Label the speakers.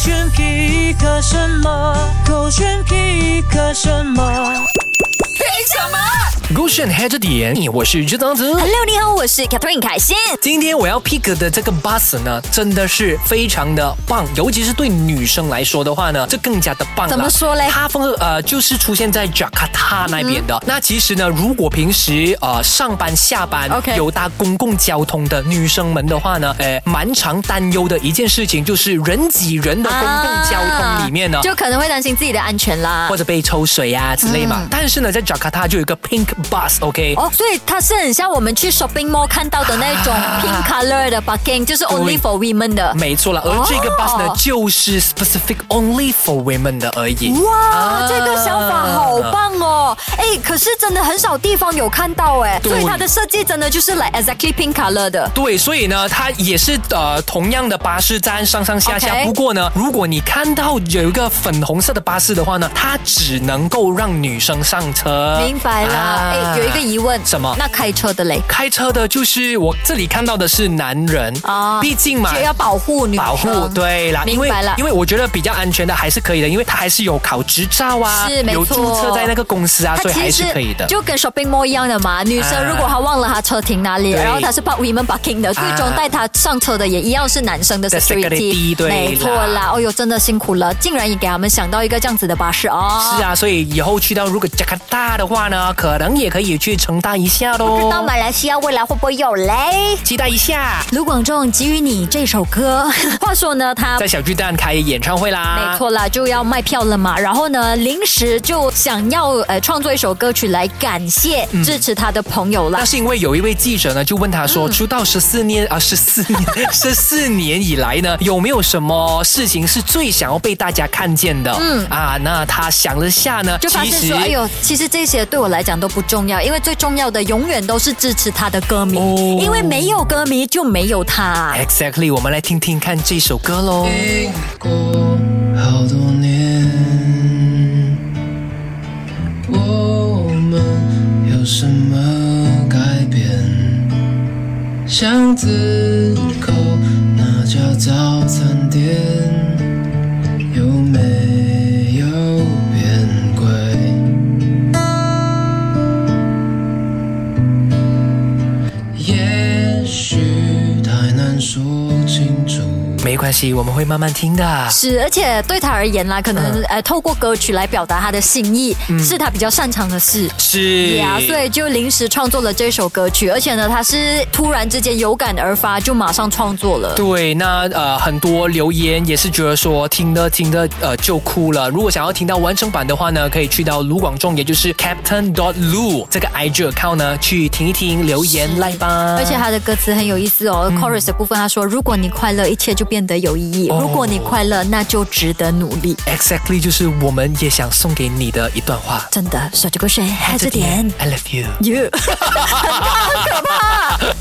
Speaker 1: 选皮克什么？狗选皮克什么？
Speaker 2: 勾选黑着点，你我是日当子。
Speaker 3: Hello，你好，我是 Catherine 凯欣。
Speaker 2: 今天我要 pick 的这个 bus 呢，真的是非常的棒，尤其是对女生来说的话呢，这更加的棒了。
Speaker 3: 怎么说嘞嗯
Speaker 2: 它风呃就是出现在 Jakarta 那边的。那其实呢，如果平时呃上班下班
Speaker 3: OK
Speaker 2: 有搭公共交通的女生们的话呢，呃，蛮常担忧的一件事情就是人挤人的公共交通里面呢。
Speaker 3: 啊就可能会担心自己的安全啦
Speaker 2: 或。者被抽水啊之类嘛，
Speaker 3: 嗯
Speaker 2: 但是呢，在 Jakarta 就有一个 Pink Bus，OK，、
Speaker 3: 哦，所以它是很像我们去 shopping mall 看到的那种
Speaker 2: 啊
Speaker 3: pink color 的 parking，就是 only for women 的。
Speaker 2: 没错了，而这个
Speaker 3: 哦
Speaker 2: bus 呢，就是 specific only for women 的而已。
Speaker 3: 哇，
Speaker 2: 啊
Speaker 3: 这个想法好棒哦！哎，可是真的很少地方有看到哎，
Speaker 2: 对
Speaker 3: 所以它的设计真的就是来 exactly pink color 的。
Speaker 2: 对，所以呢，它也是呃同样的巴士站上上下下。
Speaker 3: OK
Speaker 2: 不过呢，如果你看到有一个粉红色的巴士的话呢，它只能够让女生上车。
Speaker 3: 明白啦。
Speaker 2: 啊
Speaker 3: 哎、有一个疑问，
Speaker 2: 什么
Speaker 3: 那开车的嘞，
Speaker 2: 开车的，就是我这里看到的是男人
Speaker 3: 啊
Speaker 2: 毕竟嘛
Speaker 3: 就。要保护女生
Speaker 2: 保护对啦，因
Speaker 3: 明
Speaker 2: 为
Speaker 3: 白了
Speaker 2: 因为我觉得比较安全的还是可以的，因为他还是有考执照啊，
Speaker 3: 是没
Speaker 2: 有
Speaker 3: 错
Speaker 2: 注册在那个公司啊，
Speaker 3: 它
Speaker 2: 所以还
Speaker 3: 其
Speaker 2: 是
Speaker 3: 实
Speaker 2: 可以的。
Speaker 3: 就跟 shopping mall 一样的嘛，女生
Speaker 2: 啊
Speaker 3: 如果她忘了她车停哪里，
Speaker 2: 对
Speaker 3: 然后她是怕 women parking 的，最终带她上车的也一样是男生的
Speaker 2: 的啊 security，对啦
Speaker 3: 没错啦。哦哟，真的辛苦了，竟然也给他们想到一个这样子的巴士哦。
Speaker 2: 是啊，所以以后去到如果加拿大的话呢，可能也可以去承担一下
Speaker 3: 不知
Speaker 2: 喽
Speaker 3: 道，马来西亚未来会不会有嘞？
Speaker 2: 期待一下。
Speaker 3: 卢广仲给予你这首歌， 话说呢，他
Speaker 2: 在小巨蛋开演唱会啦，
Speaker 3: 没，错啦，就要卖票了嘛。然后呢，临时就想要呃创作一首歌曲来感谢
Speaker 2: 嗯
Speaker 3: 支持他的朋友啦
Speaker 2: 那。是因为有一位记者呢，就问他说，出道十四年啊，十四 年，十四年以来呢，有没有什么事情是最想要被大家看见的？嗯啊，那他想了下呢，
Speaker 3: 就发
Speaker 2: 其
Speaker 3: 现
Speaker 2: 实
Speaker 3: 说，哎呦，其实这些对我来讲都不重要，因为最重要的永远都是支持他的歌迷，
Speaker 2: 哦哎
Speaker 3: 因为没有歌迷就没有他。
Speaker 2: ，exactly，我们来听听看这首歌喽。
Speaker 4: 好多年，我们有什么改变？巷子口那家早餐店有没有变贵？也许太难说清楚。
Speaker 2: 没关系，我们会慢慢听的。
Speaker 3: 是，而且对他而言啦，可
Speaker 2: 哎
Speaker 3: 能、呃透过歌曲来表达他的心意，
Speaker 2: 嗯
Speaker 3: 是他比较擅长的事。
Speaker 2: 是
Speaker 3: 呀所以就临时创作了这首歌曲，而且呢，他是突然之间有感而发，就马上创作了。
Speaker 2: 对，那呃，很多留言也是觉得说听的听的呃就哭了。如果想要听到完整版的话呢，可以去到卢广仲，也就是 Captain Dot Lu 这个 IG account 呢去听一听，留言来吧。嗯
Speaker 3: 而且他的歌词很有意思哦、c h o r u s 的部分他说：“如果你快乐，一切就变得有意义；
Speaker 2: 哦
Speaker 3: 如果你快乐，那就值得努力。
Speaker 2: exactly 就是我们也想送给你的一段话”。
Speaker 3: 真的，说这个谁还是点。
Speaker 2: I love you。
Speaker 3: y 很可怕，很可怕。